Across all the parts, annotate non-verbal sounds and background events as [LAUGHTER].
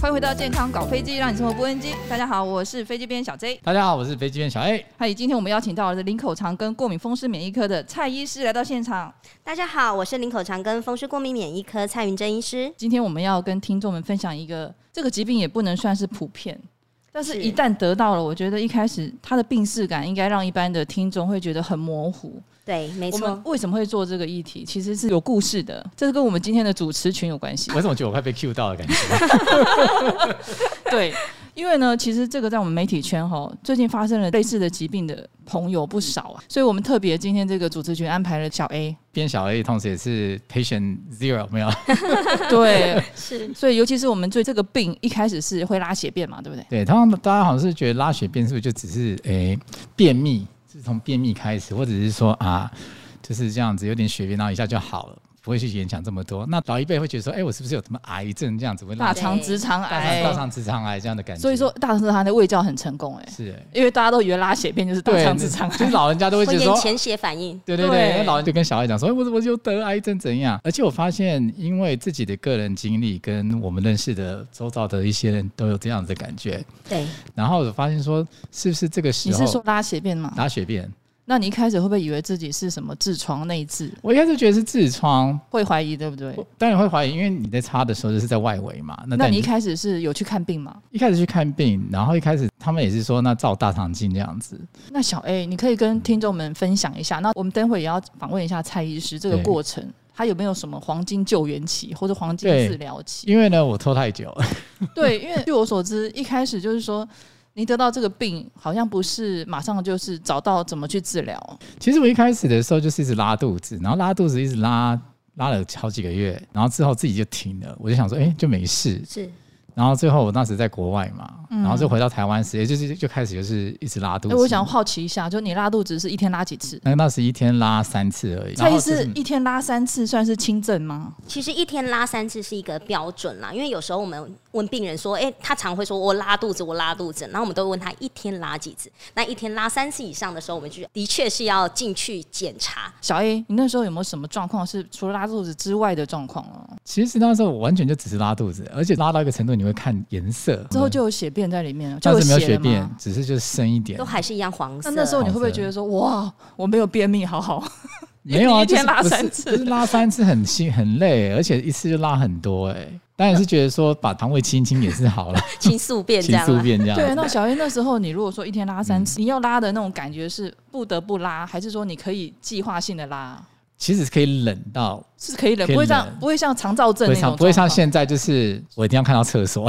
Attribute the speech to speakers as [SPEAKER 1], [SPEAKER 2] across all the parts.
[SPEAKER 1] 欢迎回到健康搞飞机，让你生活不温机。大家好，我是飞机编小 J。
[SPEAKER 2] 大家好，我是飞机员小 A。
[SPEAKER 1] 嗨，今天我们邀请到的林口长跟过敏风湿免疫科的蔡医师来到现场。
[SPEAKER 3] 大家好，我是林口长跟风湿过敏免疫科蔡云珍医师。
[SPEAKER 1] 今天我们要跟听众们分享一个，这个疾病也不能算是普遍，但是
[SPEAKER 3] 是
[SPEAKER 1] 一旦得到了，我觉得一开始它的病视感应该让一般的听众会觉得很模糊。
[SPEAKER 3] 对，没
[SPEAKER 1] 我
[SPEAKER 3] 错
[SPEAKER 1] 们，为什么会做这个议题，其实是有故事的，这是跟我们今天的主持群有关系
[SPEAKER 2] 我。怎么觉得我快被 Q 到的感觉？
[SPEAKER 1] [LAUGHS] 对，因为呢，其实这个在我们媒体圈哈，最近发生了类似的疾病的朋友不少啊，所以我们特别今天这个主持群安排了小 A，
[SPEAKER 2] 编小 A 同时也是 patient zero 没有？ [LAUGHS]
[SPEAKER 1] 对，
[SPEAKER 3] 是
[SPEAKER 1] 所以尤其是我们对这个病一开始是会拉血便嘛，对不对？
[SPEAKER 2] 对，通常大家好像是觉得拉血便是不是就只是诶、便秘，是从便秘开始，或者是说啊就是这样子有点血便，然后一下就好了，不会去联想这么多。那老一辈会觉得说，哎、我是不是有什么癌症这样子会
[SPEAKER 1] 大
[SPEAKER 2] 让
[SPEAKER 3] 对
[SPEAKER 1] 肠直肠
[SPEAKER 2] 大肠大
[SPEAKER 1] 癌，
[SPEAKER 2] 肠直肠癌这样的感觉？
[SPEAKER 1] 所以说大肠直肠癌的卫教很成功哎、
[SPEAKER 2] 是、欸、
[SPEAKER 1] 因为大家都以为拉血便就是大
[SPEAKER 2] 对
[SPEAKER 1] 肠直肠啊
[SPEAKER 2] 就是
[SPEAKER 1] 癌，
[SPEAKER 2] 老人家都会觉
[SPEAKER 3] 会
[SPEAKER 2] 得
[SPEAKER 3] 演
[SPEAKER 2] 说，
[SPEAKER 3] 前血反应，
[SPEAKER 2] 对对
[SPEAKER 1] 对
[SPEAKER 2] 对，那老人就跟小孩讲说，哎我我有得癌症怎样？而且我发现，因为自己的个人经历跟我们认识的周遭的一些人都有这样子的感觉，
[SPEAKER 3] 对，
[SPEAKER 2] 然后我发现说，是不是这个时
[SPEAKER 1] 你
[SPEAKER 2] 候
[SPEAKER 1] 是说拉血便吗？
[SPEAKER 2] 打血便？
[SPEAKER 1] 那你一开始会不会以为自己是什么痔疮内痔？
[SPEAKER 2] 我一开始觉得是痔疮，
[SPEAKER 1] 会怀疑对不对？
[SPEAKER 2] 我当然会怀疑，因为你在擦的时候就是在外围嘛。那
[SPEAKER 1] 那
[SPEAKER 2] 但
[SPEAKER 1] 你一开始是有去看病吗？
[SPEAKER 2] 一开始去看病，然后一开始他们也是说那照大肠镜这样子，
[SPEAKER 1] 那小 A，你可以跟听众们分享一下。那我们等会也要访问一下蔡医师这个
[SPEAKER 2] 对
[SPEAKER 1] 过程，他有没有什么黄金救援期或者黄金
[SPEAKER 2] 对
[SPEAKER 1] 治疗期？
[SPEAKER 2] 因为呢我拖太久 [LAUGHS] 了，
[SPEAKER 1] 对，因为据我所知，一开始就是说你得到这个病，好像不是马上就是找到怎么去治疗。
[SPEAKER 2] 其实我一开始的时候就是一直拉肚子，然后拉肚子一直拉拉了好几个月，然后之后自己就停了，我就想说，哎、就没事。
[SPEAKER 3] 是
[SPEAKER 2] 然后最后我当时在国外嘛，然后就回到台湾时，也就是就开始就是一直拉肚
[SPEAKER 1] 嗯哎、
[SPEAKER 2] 子。
[SPEAKER 1] 我想好奇一下，就你拉肚子是一天拉几次？
[SPEAKER 2] 那那时一天拉三次而已。
[SPEAKER 1] 蔡
[SPEAKER 2] 然
[SPEAKER 1] 医
[SPEAKER 2] 后就
[SPEAKER 1] 师
[SPEAKER 2] 是
[SPEAKER 1] 一天拉三次算是轻症吗？
[SPEAKER 3] 其实一天拉三次是一个标准啦，因为有时候我们问病人说，哎、他常会说我拉肚子，我拉肚子，然后我们都会问他一天拉几次。那一天拉三次以上的时候，我们就的确是要进去检查。
[SPEAKER 1] 小 A，你那时候有没有什么状况是除了拉肚子之外的状况哦？
[SPEAKER 2] 其实那时候我完全就只是拉肚子，而且拉到一个程度，你会看颜色。
[SPEAKER 1] 之后就有血便在里面了，就
[SPEAKER 2] 但是没有
[SPEAKER 1] 血
[SPEAKER 2] 血
[SPEAKER 1] 了吗
[SPEAKER 2] 便？，只是就是深一点
[SPEAKER 3] 都。还是一样黄色。
[SPEAKER 1] 那那时候你会不会
[SPEAKER 2] 黄色
[SPEAKER 1] 觉得说，哇，我没有便秘，好好？
[SPEAKER 2] 没有啊，
[SPEAKER 1] 一
[SPEAKER 2] 就
[SPEAKER 1] 天
[SPEAKER 2] 是
[SPEAKER 1] 拉
[SPEAKER 2] 不是
[SPEAKER 1] 三次
[SPEAKER 2] 就是拉三次很辛很累，而且一次就拉很多哎、当然是觉得说把肠胃清一清也是好
[SPEAKER 1] [LAUGHS]
[SPEAKER 2] 了，
[SPEAKER 3] 清宿便这
[SPEAKER 2] 清
[SPEAKER 3] 样
[SPEAKER 2] 宿
[SPEAKER 3] 吗？
[SPEAKER 2] 便这样。
[SPEAKER 1] 对，那小 A 那时候你如果说一天拉三
[SPEAKER 2] 嗯
[SPEAKER 1] 次，你要拉的那种感觉是不得不拉，还是说你可以计划性的拉？
[SPEAKER 2] 其实可以冷到
[SPEAKER 1] 是可以的，
[SPEAKER 2] 可以
[SPEAKER 1] 不会像
[SPEAKER 2] 忍
[SPEAKER 1] 不会像肠燥
[SPEAKER 2] 不
[SPEAKER 1] 症那种状
[SPEAKER 2] 会像
[SPEAKER 1] 况，
[SPEAKER 2] 不会像现在就是我一定要看到厕所。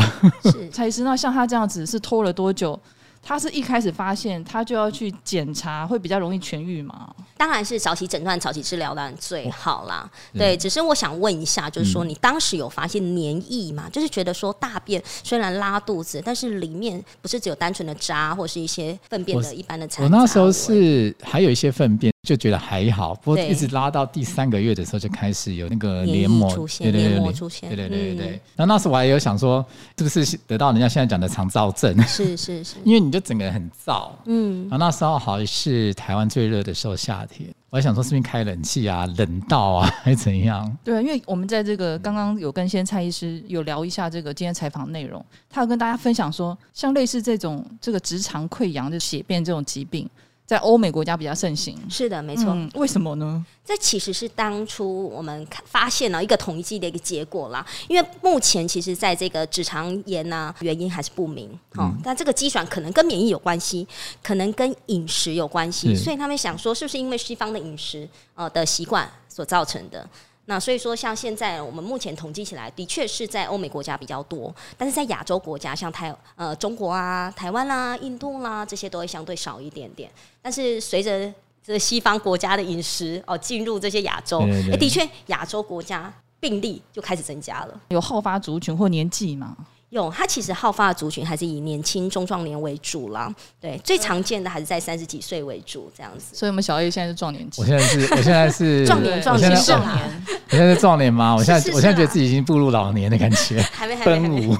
[SPEAKER 3] 是
[SPEAKER 1] 蔡医师，那像他这样子是拖了多久？他是一开始发现他就要去检查，会比较容易痊愈嘛？
[SPEAKER 3] 当然是早期诊断、早期治疗当然最好
[SPEAKER 2] 哦
[SPEAKER 3] 啦。对，
[SPEAKER 2] 嗯
[SPEAKER 3] 只是我想问一下，就是说你当时有发现黏液吗？就是觉得说大便虽然拉肚子，但是里面不是只有单纯的渣，或是一些粪便的一般的残
[SPEAKER 2] 我那时候是还有一些粪便，就觉得还好，不过
[SPEAKER 3] 对
[SPEAKER 2] 一直拉到第三个月的时候就开始有那个
[SPEAKER 3] 黏液
[SPEAKER 2] 黏膜
[SPEAKER 3] 出现
[SPEAKER 2] 对对对
[SPEAKER 3] 黏膜
[SPEAKER 2] 对
[SPEAKER 3] 出现
[SPEAKER 2] 对对对对对
[SPEAKER 3] 嗯。
[SPEAKER 2] 然后那时候我还有想说，是不是得到人家现在讲的肠燥症？ [LAUGHS]
[SPEAKER 3] 是是是，
[SPEAKER 2] 因为你就整个人很燥。
[SPEAKER 3] 嗯
[SPEAKER 2] 然，后那时候好像是台湾最热的时候，夏天，我还想说是不是开冷气啊，冷到啊， [LAUGHS] 还是怎样？
[SPEAKER 1] 对，因为我们在这
[SPEAKER 3] 嗯
[SPEAKER 1] 个刚刚有跟先蔡医师有聊一下这个今天采访内容，他有跟大家分享说，像类似这种这个直肠溃疡、就血便这种疾病，在欧美国家比较盛行。
[SPEAKER 3] 是的，没错。
[SPEAKER 1] 嗯为什么呢？
[SPEAKER 3] 这其实是当初我们看发现了一个统计的一个结果啦，因为目前其实在这个直肠炎呢、原因还是不明哦，但这个积转可能跟免疫有关系，可能跟饮食有关系，
[SPEAKER 2] 是
[SPEAKER 3] 所以他们想说是不是因为西方的饮食呃的习惯所造成的。那所以说，像现在我们目前统计起来，的确是在欧美国家比较多，但是在亚洲国家，像台呃中国啊、台湾啦、印度啦、这些都会相对少一点点。但是随着这西方国家的饮食哦进入这些亚洲，
[SPEAKER 2] 对对对
[SPEAKER 3] 诶的确亚洲国家病例就开始增加了。
[SPEAKER 1] 有好发族群或年纪嘛？
[SPEAKER 3] 有，它其实好发的族群还是以年轻中壮年为主啦，对，最常见的还是在三十几岁为主这样子。
[SPEAKER 1] 所以我们小 A 现在是壮年期
[SPEAKER 2] 我，现在是，我现在是
[SPEAKER 3] 壮年
[SPEAKER 2] 我
[SPEAKER 3] 壮
[SPEAKER 2] 现
[SPEAKER 3] 年
[SPEAKER 2] 在
[SPEAKER 3] 是
[SPEAKER 2] 我
[SPEAKER 3] 啦
[SPEAKER 1] 年。
[SPEAKER 2] 我现在是壮年吗？我现在
[SPEAKER 3] 是是
[SPEAKER 2] 我现在觉得
[SPEAKER 3] 是啊
[SPEAKER 2] 自己已经步入老年的感
[SPEAKER 3] [LAUGHS]
[SPEAKER 2] 觉，
[SPEAKER 3] 还没，还没，还
[SPEAKER 2] 奔
[SPEAKER 3] 没。
[SPEAKER 2] 五。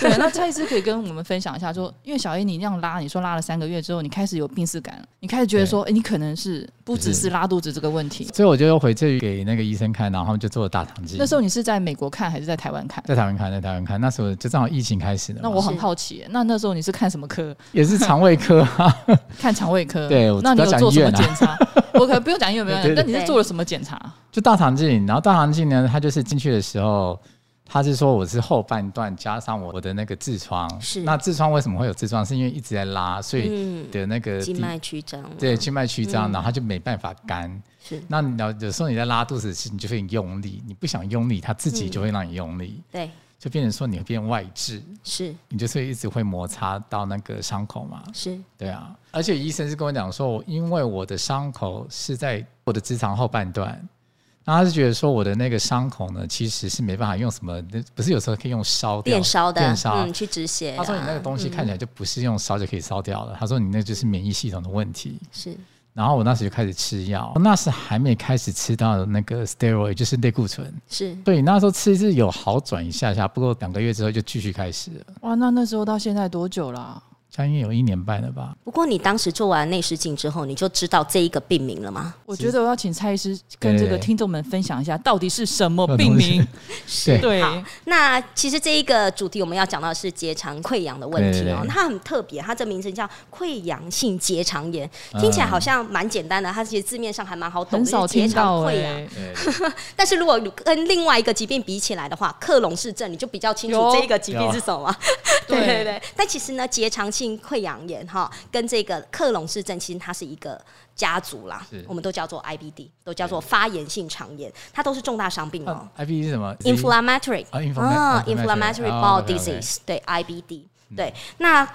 [SPEAKER 1] 对，那蔡医师可以跟我们分享一下说，因为小 A 你那样拉，你说拉了三个月之后，你开始有病耻感了，你开始觉得说，诶你可能是不只是拉肚子这个问题。
[SPEAKER 2] 所以我就又回去给那个医生看，然后他们就做了大肠镜。
[SPEAKER 1] 那时候你是在美国看还是在台湾看？
[SPEAKER 2] 在台湾看，在台湾看，那时候就正好疫情开始的嘛，
[SPEAKER 1] 那我很
[SPEAKER 3] 是
[SPEAKER 1] 好奇耶，那那时候你是看什么科？
[SPEAKER 2] 也是肠胃科啊， [LAUGHS]
[SPEAKER 1] 看肠胃科。
[SPEAKER 2] 对我
[SPEAKER 1] 那你
[SPEAKER 2] 不
[SPEAKER 1] 有
[SPEAKER 2] 要讲
[SPEAKER 1] 做
[SPEAKER 2] 医
[SPEAKER 1] 什么
[SPEAKER 2] 院啊
[SPEAKER 1] 检
[SPEAKER 2] [LAUGHS]
[SPEAKER 1] 查？我可能不用讲医院，不用讲。
[SPEAKER 2] 对对
[SPEAKER 1] 但你
[SPEAKER 3] 对
[SPEAKER 1] 是做了什么检查？
[SPEAKER 2] 就大肠镜。然后大肠镜呢，它就是进去的时候，它是说我是后半段加上我的那个痔疮。
[SPEAKER 3] 是
[SPEAKER 2] 那痔疮为什么会有痔疮？是因为一直在拉，所以
[SPEAKER 3] 嗯
[SPEAKER 2] 的那个
[SPEAKER 3] 静
[SPEAKER 2] 地
[SPEAKER 3] 脉曲张啊，
[SPEAKER 2] 对，静脉曲张，然后它就没办法干。
[SPEAKER 3] 是，
[SPEAKER 2] 那你有有时候你在拉肚子的时候，你就会用力，你不想用力，它自己
[SPEAKER 3] 嗯
[SPEAKER 2] 就会让你用力，
[SPEAKER 3] 对，
[SPEAKER 2] 就变成说你会变外痔，
[SPEAKER 3] 是
[SPEAKER 2] 你就是一直会摩擦到那个伤口嘛。
[SPEAKER 3] 是，
[SPEAKER 2] 对啊，而且医生是跟我讲说，我因为我的伤口是在我的直肠后半段，然后他是觉得说我的那个伤口呢，其实是没办法用什么，那不是有时候可以用烧掉
[SPEAKER 3] 电烧的，
[SPEAKER 2] 电烧。啊
[SPEAKER 3] 嗯，去止血啦。
[SPEAKER 2] 他说你那个东西看起来就不是用烧就可以烧掉了，他说你那就是免疫系统的问题。
[SPEAKER 3] 是
[SPEAKER 2] 然后我那时就开始吃药，那时还没开始吃到那个 steroid，就是类固醇。
[SPEAKER 3] 是
[SPEAKER 2] 对，那时候吃是有好转一下下，不过两个月之后就继续开始了，
[SPEAKER 1] 哇，那那时候到现在多久啦、啊
[SPEAKER 2] 将近有一年半了吧。
[SPEAKER 3] 不过你当时做完内视镜之后，你就知道这一个病名了吗？
[SPEAKER 1] 我觉得我要请蔡医师跟这
[SPEAKER 2] 对
[SPEAKER 1] 个
[SPEAKER 2] 对对
[SPEAKER 1] 听众们分享一下，到底是什么病名？
[SPEAKER 2] [LAUGHS] 对
[SPEAKER 1] 对，
[SPEAKER 3] 好那其实这一个主题我们要讲到的是结肠溃疡的问题
[SPEAKER 2] 对对
[SPEAKER 3] 哦，
[SPEAKER 2] 对
[SPEAKER 3] 那它很特别，它这名称叫溃疡性结肠炎，听起来好像蛮简单的，它其实字面上还蛮好懂，
[SPEAKER 1] 很少
[SPEAKER 3] 就是结
[SPEAKER 1] 听
[SPEAKER 3] 肠
[SPEAKER 1] 到哎、
[SPEAKER 3] 溃疡。
[SPEAKER 2] [LAUGHS]
[SPEAKER 3] 但是如果跟另外一个疾病比起来的话，克隆氏症你就比较清楚
[SPEAKER 1] 有
[SPEAKER 3] 这一个疾病是什么。 [LAUGHS] 对
[SPEAKER 1] 对
[SPEAKER 3] 对对。但其实呢，结肠性溃疡炎哈，跟这个克隆氏症其实它是一个家族啦
[SPEAKER 2] 是，
[SPEAKER 3] 我们都叫做 IBD，都叫做发炎性肠炎，它都是重大伤病哦。
[SPEAKER 2] I B 是什么
[SPEAKER 3] inflammatory
[SPEAKER 2] 啊，inflamma-
[SPEAKER 3] 啊
[SPEAKER 2] inflammatory
[SPEAKER 3] inflammatory
[SPEAKER 2] 哦
[SPEAKER 3] bowel
[SPEAKER 2] ，OK，OK 嗯
[SPEAKER 3] disease，对 IBD，对那。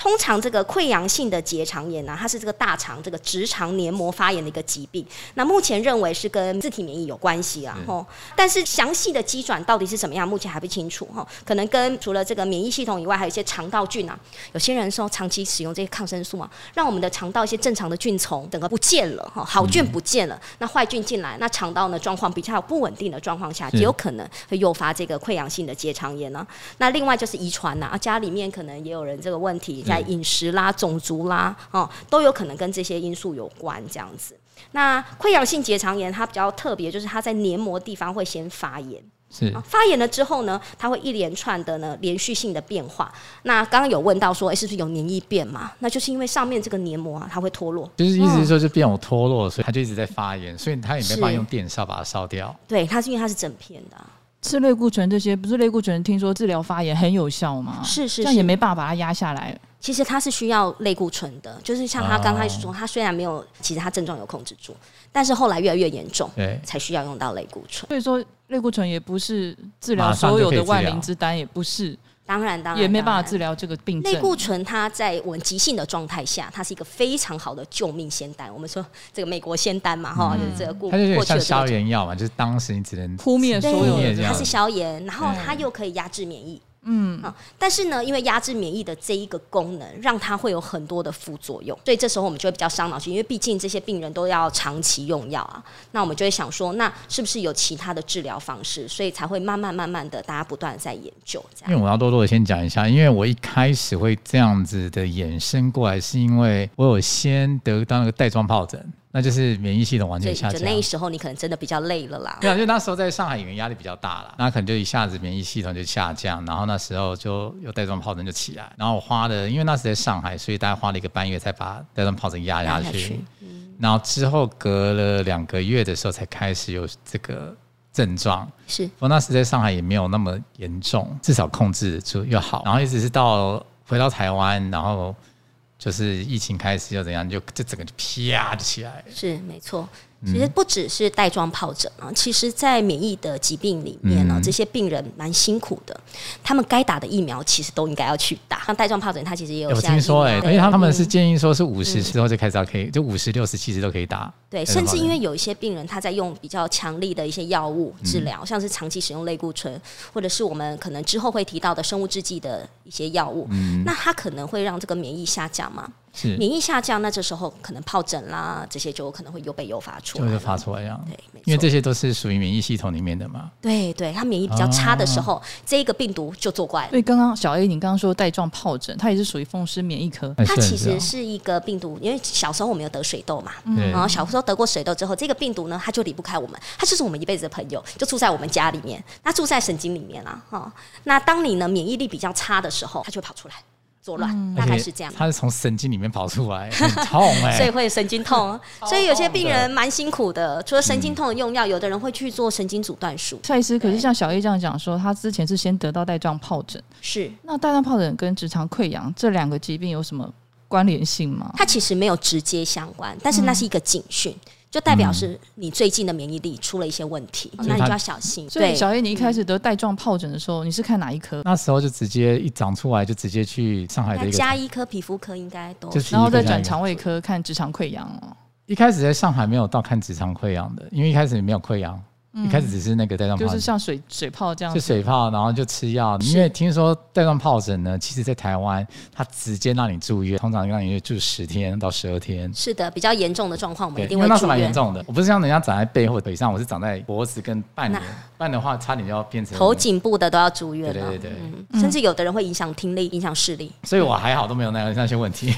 [SPEAKER 3] 通常这个溃疡性的结肠炎呢、啊它是这个大肠这个直肠黏膜发炎的一个疾病。那目前认为是跟自体免疫有关系啊，吼。但是详细的机转到底是什么样，目前还不清楚哈。吼可能跟除了这个免疫系统以外，还有一些肠道菌啊。有些人说长期使用这些抗生素啊，让我们的肠道一些正常的菌丛整个不见了哈，吼好菌不见了，那坏菌进来，那肠道呢状况比较不稳定的状况下，
[SPEAKER 2] 是
[SPEAKER 3] 也有可能会诱发这个溃疡性的结肠炎呢、那另外就是遗传呐、啊，家里面可能也有人这个问题，在饮食啦、种族啦，哦，都有可能跟这些因素有关，这样子。那溃疡性结肠炎它比较特别，就是它在黏膜地方会先发炎，
[SPEAKER 2] 是
[SPEAKER 3] 啊发炎了之后呢，它会一连串的呢连续性的变化。那刚刚有问到说，哎、是不是有黏液变嘛？那就是因为上面这个黏膜啊，它会脱落，
[SPEAKER 2] 就是意思是说，就变有脱落，所以它就一直在发炎，所以它也没办法
[SPEAKER 3] 是
[SPEAKER 2] 用电烧把它烧掉。
[SPEAKER 3] 对，它是因为它是整片的啊、
[SPEAKER 1] 吃类固醇这些，不是类固醇听说治疗发炎很有效吗？
[SPEAKER 3] 是是
[SPEAKER 1] 这样也
[SPEAKER 3] 是
[SPEAKER 1] 没办法把它压下来。
[SPEAKER 3] 其实它是需要类固醇的，就是像他刚开始说，他虽然没有，其实他症状有控制住，但是后来越来越严重，
[SPEAKER 2] 对，
[SPEAKER 3] 才需要用到类固醇。
[SPEAKER 1] 所以说，类固醇也不是治疗
[SPEAKER 2] 马上就
[SPEAKER 1] 所有
[SPEAKER 2] 可以
[SPEAKER 1] 的
[SPEAKER 2] 治
[SPEAKER 1] 万
[SPEAKER 2] 疗
[SPEAKER 1] 灵之丹，也不是，
[SPEAKER 3] 当然，当然
[SPEAKER 1] 也没办法
[SPEAKER 3] 当然
[SPEAKER 1] 治疗这个
[SPEAKER 2] 嗯
[SPEAKER 1] 病症。
[SPEAKER 3] 类固醇它在我们急性的状态下，它是一个非常好的救命仙丹。我们说这个美国仙丹嘛，哈、就是这个
[SPEAKER 2] 嗯
[SPEAKER 3] 过
[SPEAKER 2] 它就有
[SPEAKER 3] 过
[SPEAKER 2] 点像
[SPEAKER 3] 去的这
[SPEAKER 2] 消
[SPEAKER 3] 个。
[SPEAKER 2] 炎药嘛，就是当时你只能
[SPEAKER 1] 扑灭所有
[SPEAKER 2] 扑灭
[SPEAKER 1] 的
[SPEAKER 2] 这
[SPEAKER 1] 这
[SPEAKER 2] 样
[SPEAKER 3] 它
[SPEAKER 1] 个
[SPEAKER 3] 是消炎，然后
[SPEAKER 2] 对
[SPEAKER 3] 它又可以压制免疫。嗯啊，但是呢，因为压制免疫的这一个功能，让它会有很多的副作用，所以这时候我们就会比较伤脑筋，因为毕竟这些病人都要长期用药啊。那我们就会想说，那是不是有其他的治疗方式？所以才会慢慢慢慢的，大家不断地在研究这
[SPEAKER 2] 因为
[SPEAKER 3] 样。
[SPEAKER 2] 我要多多的先讲一下，因为我一开始会这样子的衍生过来，是因为我有先得到那个带状疱疹，那就是免疫系统完
[SPEAKER 3] 所
[SPEAKER 2] 全
[SPEAKER 3] 以
[SPEAKER 2] 下
[SPEAKER 3] 就
[SPEAKER 2] 降。
[SPEAKER 3] 那时候你可能真的比较累了啦。
[SPEAKER 2] 对啊，就那时候在上海演员压力比较大了，那可能就一下子免疫系统就下降，然后那时候就有带状疱疹就起来，然后我花了，因为那时在上海，所以大概花了一个半月才把带状疱疹压下
[SPEAKER 3] 压下
[SPEAKER 2] 去
[SPEAKER 3] 去，
[SPEAKER 2] 然后之后隔了两个月的时候才开始有这个症状。
[SPEAKER 3] 是
[SPEAKER 2] 我那时在上海也没有那么严重，至少控制得住又好。然后一直是到回到台湾，然后就是疫情开始又怎样，就这整个就啪就起来。
[SPEAKER 3] 是没错。
[SPEAKER 2] 嗯
[SPEAKER 3] 其实不只是带状疱疹啊，其实，在免疫的疾病里
[SPEAKER 2] 嗯
[SPEAKER 3] 面呢、这些病人蛮辛苦的，他们该打的疫苗其实都应该要去打。像带状疱疹，它其实也有啊
[SPEAKER 2] 我
[SPEAKER 3] 下疫苗
[SPEAKER 2] 听说哎、
[SPEAKER 3] 对
[SPEAKER 2] 而且他们是建议说是五
[SPEAKER 3] 嗯
[SPEAKER 2] 十之后就开始要可以，就五十六十七十都可以打。
[SPEAKER 3] 对，
[SPEAKER 2] 那
[SPEAKER 3] 甚
[SPEAKER 2] 种
[SPEAKER 3] 至
[SPEAKER 2] 的嗯
[SPEAKER 3] 因为有一些病人他在用比较强力的一些药物治疗，像是长期使用类固醇，或者是我们可能
[SPEAKER 2] 嗯
[SPEAKER 3] 之后会提到的生物制剂的一些药物，那它可能会让这个免疫下降嘛。
[SPEAKER 2] 是
[SPEAKER 3] 免疫下降，那这时候可能疱疹啦，这些就有可能会又被诱发出
[SPEAKER 2] 就
[SPEAKER 3] 来了，
[SPEAKER 2] 会发出来这样。
[SPEAKER 3] 对，没错
[SPEAKER 2] 因为这些都是属于免疫系统里面的嘛，
[SPEAKER 3] 对对，它免疫比较差的时候，这一个病毒就作怪了
[SPEAKER 1] 所。以刚刚小 A 你刚刚说带状疱疹，它也是属于风湿免疫科，
[SPEAKER 2] 哎
[SPEAKER 3] 它
[SPEAKER 2] 是很
[SPEAKER 3] 其
[SPEAKER 2] 重
[SPEAKER 3] 实
[SPEAKER 2] 要
[SPEAKER 3] 是一个病毒，因为小时候我们有得水痘嘛，
[SPEAKER 2] 对
[SPEAKER 3] 然后小时候得过水痘之后，这个病毒呢，它就离不开我们，它就是我们一辈子的朋友，就住在我们家里面，它住在神经里面啦，哈、那当你呢免疫力比较差的时候，它就会跑出来作乱，大概是这
[SPEAKER 2] 而
[SPEAKER 3] 样
[SPEAKER 2] 且。它是从神经里面跑出来，很
[SPEAKER 3] [LAUGHS]
[SPEAKER 2] 痛哎、
[SPEAKER 3] 所以会有神经痛，所以有些病人蛮辛苦的。除了神经痛的用药，有的人会去做神经阻断术，
[SPEAKER 1] 蔡医师，可是像小 A 这样讲说，他之前是先得到带状疱疹，
[SPEAKER 3] 是
[SPEAKER 1] 那带状疱疹跟直肠溃疡这两个疾病有什么关联性吗？
[SPEAKER 3] 它其实没有直接相关，但是那是一个警讯，就代表是你最近的免疫力出了一些问题，
[SPEAKER 2] 以嗯
[SPEAKER 3] 那你
[SPEAKER 2] 哦它
[SPEAKER 3] 就要小心。
[SPEAKER 1] 所以
[SPEAKER 3] 对，
[SPEAKER 1] 小 A，你一开始得带状疱疹的时候，你是看哪一科？
[SPEAKER 2] 那时候就直接一长出来，就直接去上海的
[SPEAKER 3] 那
[SPEAKER 2] 一个，
[SPEAKER 3] 加医科、皮肤科应该都
[SPEAKER 2] 就。是
[SPEAKER 1] 然后再
[SPEAKER 2] 一个
[SPEAKER 1] 转肠胃科看直肠溃疡哦。
[SPEAKER 2] 一开始在上海没有到看直肠溃疡的，因为一开始没有溃疡，
[SPEAKER 3] 嗯
[SPEAKER 2] 一开始只是那个带状疱
[SPEAKER 1] 就是
[SPEAKER 2] 疹，
[SPEAKER 1] 像水水泡这样
[SPEAKER 2] 就
[SPEAKER 1] 子，
[SPEAKER 2] 水泡，然后就吃药。因为听说带状疱疹呢，其实在台湾它直接让你住院，通常让你住十天到十二天。
[SPEAKER 3] 是的，比较严重的状况，我们
[SPEAKER 2] 对，
[SPEAKER 3] 一
[SPEAKER 2] 因
[SPEAKER 3] 定
[SPEAKER 2] 为
[SPEAKER 3] 会
[SPEAKER 2] 那是
[SPEAKER 3] 住
[SPEAKER 2] 蛮严
[SPEAKER 3] 院。
[SPEAKER 2] 重的，我不是像人家长在背或腿上，我是长在脖子跟半
[SPEAKER 3] 那
[SPEAKER 2] 脸，半的话差点就要变成
[SPEAKER 3] 头颈部的都要住院了，
[SPEAKER 2] 对对对对
[SPEAKER 3] 嗯，甚至有的人会影响听力、影响视力。
[SPEAKER 2] 所以我还好都没有那个那些问
[SPEAKER 3] [LAUGHS]
[SPEAKER 2] 题。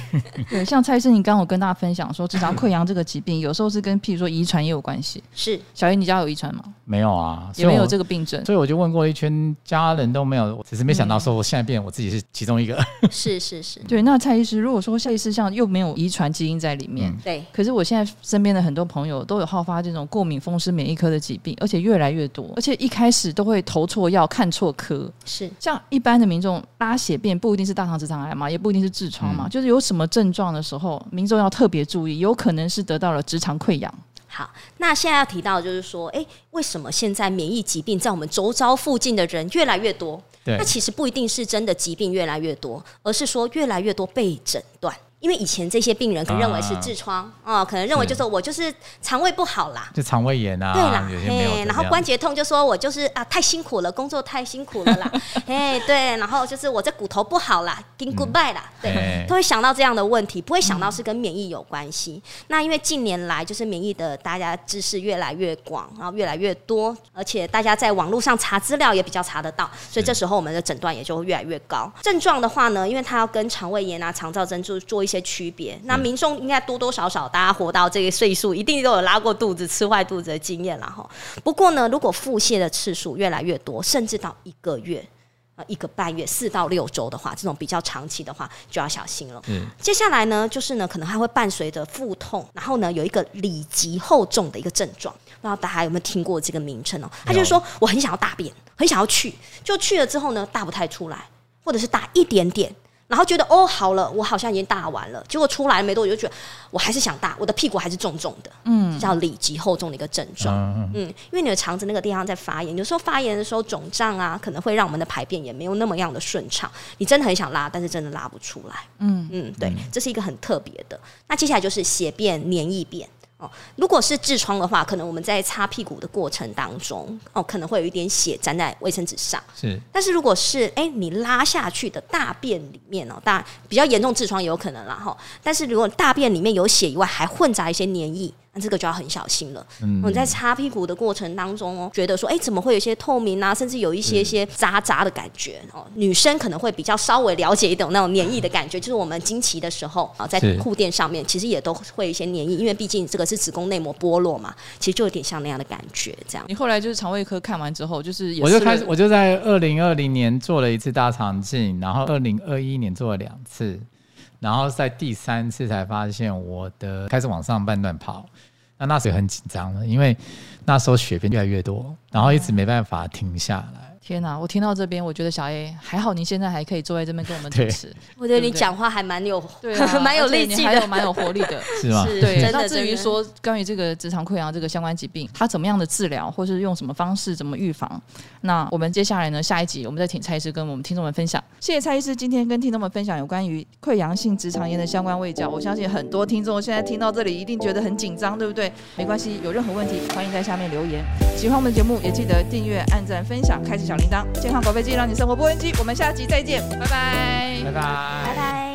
[SPEAKER 1] 对，像蔡医生，你刚刚有跟大家分享说，直肠溃疡这个疾病有时候是跟譬如说遗传也有关系。
[SPEAKER 3] 是
[SPEAKER 1] 小 A，你家有遗传吗？
[SPEAKER 2] 没有啊，
[SPEAKER 1] 也没有
[SPEAKER 2] 所
[SPEAKER 1] 这个病症
[SPEAKER 2] 以我，。所以我就问过一圈，家人都没有，只是没想到说我现在变我自己是其中一个。 [LAUGHS]
[SPEAKER 3] 是是是，
[SPEAKER 1] 对，那蔡医师，如果说蔡医师像又没有遗传基因在里面，
[SPEAKER 2] 嗯
[SPEAKER 3] 对，
[SPEAKER 1] 可是我现在身边的很多朋友都有好发这种过敏风湿免疫科的疾病，而且越来越多，而且一开始都会投错药、看错科。
[SPEAKER 3] 是
[SPEAKER 1] 像一般的民众拉血便不一定是大肠直肠癌嘛，也不一定是痔疮
[SPEAKER 2] 嗯
[SPEAKER 1] 嘛，就是有什么症状的时候，民众要特别注意，有可能是得到了直肠溃疡。
[SPEAKER 3] 好。那现在要提到就是说，哎，为什么现在免疫疾病在我们周遭附近的人越来越多？
[SPEAKER 2] 对
[SPEAKER 3] 那，其实不一定是真的疾病越来越多，而是说越来越多被诊断。因为以前这些病人可能认为是
[SPEAKER 2] 啊
[SPEAKER 3] 痔疮啊、哦可能认为就是我就是肠胃不好啦，
[SPEAKER 2] 就肠胃炎啊，
[SPEAKER 3] 对啦
[SPEAKER 2] 有，些没有的这
[SPEAKER 3] 嘿，
[SPEAKER 2] 样。
[SPEAKER 3] 然后关节痛就说我就是啊太辛苦了，工作太辛苦了啦，哎对，然后就是我这骨头不好啦，跟 goodbye 啦，
[SPEAKER 2] 嘿
[SPEAKER 3] 对，都会想到这样的问题，不会想到是跟免疫有关系。那因为近年来就是免疫的大家知识越来越广，然后越来越多，而且大家在网络上查资料也比较查得到，所以这时候我们的诊断也就会越来越高。症状的话呢，因为它要跟肠胃炎啊、肠燥症做做一些区别，那民众应该多多少少大家活到这个岁数，一定都有拉过肚子、吃坏肚子的经验啦哈。不过呢，如果腹泻的次数越来越多，甚至到一个月。呃一个半月四到六周的话，这种比较长期的话就要小心了。
[SPEAKER 2] 是
[SPEAKER 3] 接下来呢，就是呢，可能还会伴随着腹痛，然后呢，有一个里脊厚重的一个症状。不知道大家有没有听过这个名称哦？他就是说我很想要大便，很想要去，就去了之后呢，大不太出来，或者是大一点点，然后觉得哦好了，我好像已经大完了，结果出来没多久就觉得我还是想大，我的屁股还是重重的，嗯，叫里脊厚重的一个症状。
[SPEAKER 2] 嗯，嗯
[SPEAKER 3] 嗯，因为你的肠子那个地方在发炎，有时候发炎的时候肿胀啊，可能会让我们的排便也没有那么样的顺畅。你真的很想拉，但是真的拉不出来。嗯嗯，对，这是一个很特别的。那接下来就是血便、黏液便。哦，如果是痔疮的话，可能我们在擦屁股的过程当中，哦，可能会有一点血粘在卫生纸上。
[SPEAKER 2] 是
[SPEAKER 3] 但是如果是哎、你拉下去的大便里面哦，大比较严重痔疮也有可能啦哈。但是如果大便里面有血以外，还混杂一些黏液，那这个就要很小心了。
[SPEAKER 2] 嗯
[SPEAKER 3] 嗯，你在擦屁股的过程当中哦，觉得说哎、怎么会有一些透明啊，甚至有一
[SPEAKER 1] 嗯
[SPEAKER 3] 些些渣渣的感觉哦。女生可能会比较稍微了解一点那种黏液的感
[SPEAKER 1] 嗯
[SPEAKER 3] 觉，就是我们经期的时候啊，在
[SPEAKER 2] 是
[SPEAKER 3] 护垫上面其实也都会有一些黏液，因为毕竟这个是子宫内膜剥落嘛，其实就有点像那样的感觉这样。
[SPEAKER 1] 你后来就是肠胃科看完之后，就是也
[SPEAKER 2] 我就
[SPEAKER 1] 试了
[SPEAKER 2] 开始，我就在二零二零年做了一次大肠镜，然后二零二一年做了两次，然后在第三次才发现我的开始往上半段跑。那那时候也很紧张了，因为那时候血便越来越多，然后一直没办法停下来。
[SPEAKER 1] 天哪、我听到这边，我觉得小 A 还好，您现在还可以坐在这边跟我们主
[SPEAKER 2] 对
[SPEAKER 1] 持，
[SPEAKER 3] 我觉得
[SPEAKER 1] 对
[SPEAKER 3] 你
[SPEAKER 1] 不对
[SPEAKER 3] 讲话还蛮有
[SPEAKER 1] 对、啊，
[SPEAKER 3] [LAUGHS] 蛮有力
[SPEAKER 1] 而且
[SPEAKER 3] 气
[SPEAKER 1] 你还有
[SPEAKER 3] 的。
[SPEAKER 1] 蛮有活力的。
[SPEAKER 2] 是吗？
[SPEAKER 3] 是
[SPEAKER 1] 对，
[SPEAKER 3] 真
[SPEAKER 1] 那
[SPEAKER 3] 的
[SPEAKER 1] 至于
[SPEAKER 3] 真的
[SPEAKER 1] 说关于这个直肠溃疡这个相关疾病，它怎么样的治疗，或是用什么方式，怎么预防？那我们接下来呢，下一集我们再请蔡医师跟我们听众们分享。谢谢蔡医师今天跟听众们分享有关于溃疡性直肠炎的相关卫教。我相信很多听众现在听到这里一定觉得很紧张，对不对？没关系，有任何问题欢迎在下面留言。喜欢我们的节目也记得订阅、按赞、分享、开启小铃铛，健康宝贝机让你生活不危机。我们下集再见，拜拜
[SPEAKER 2] 拜拜。
[SPEAKER 3] 拜拜。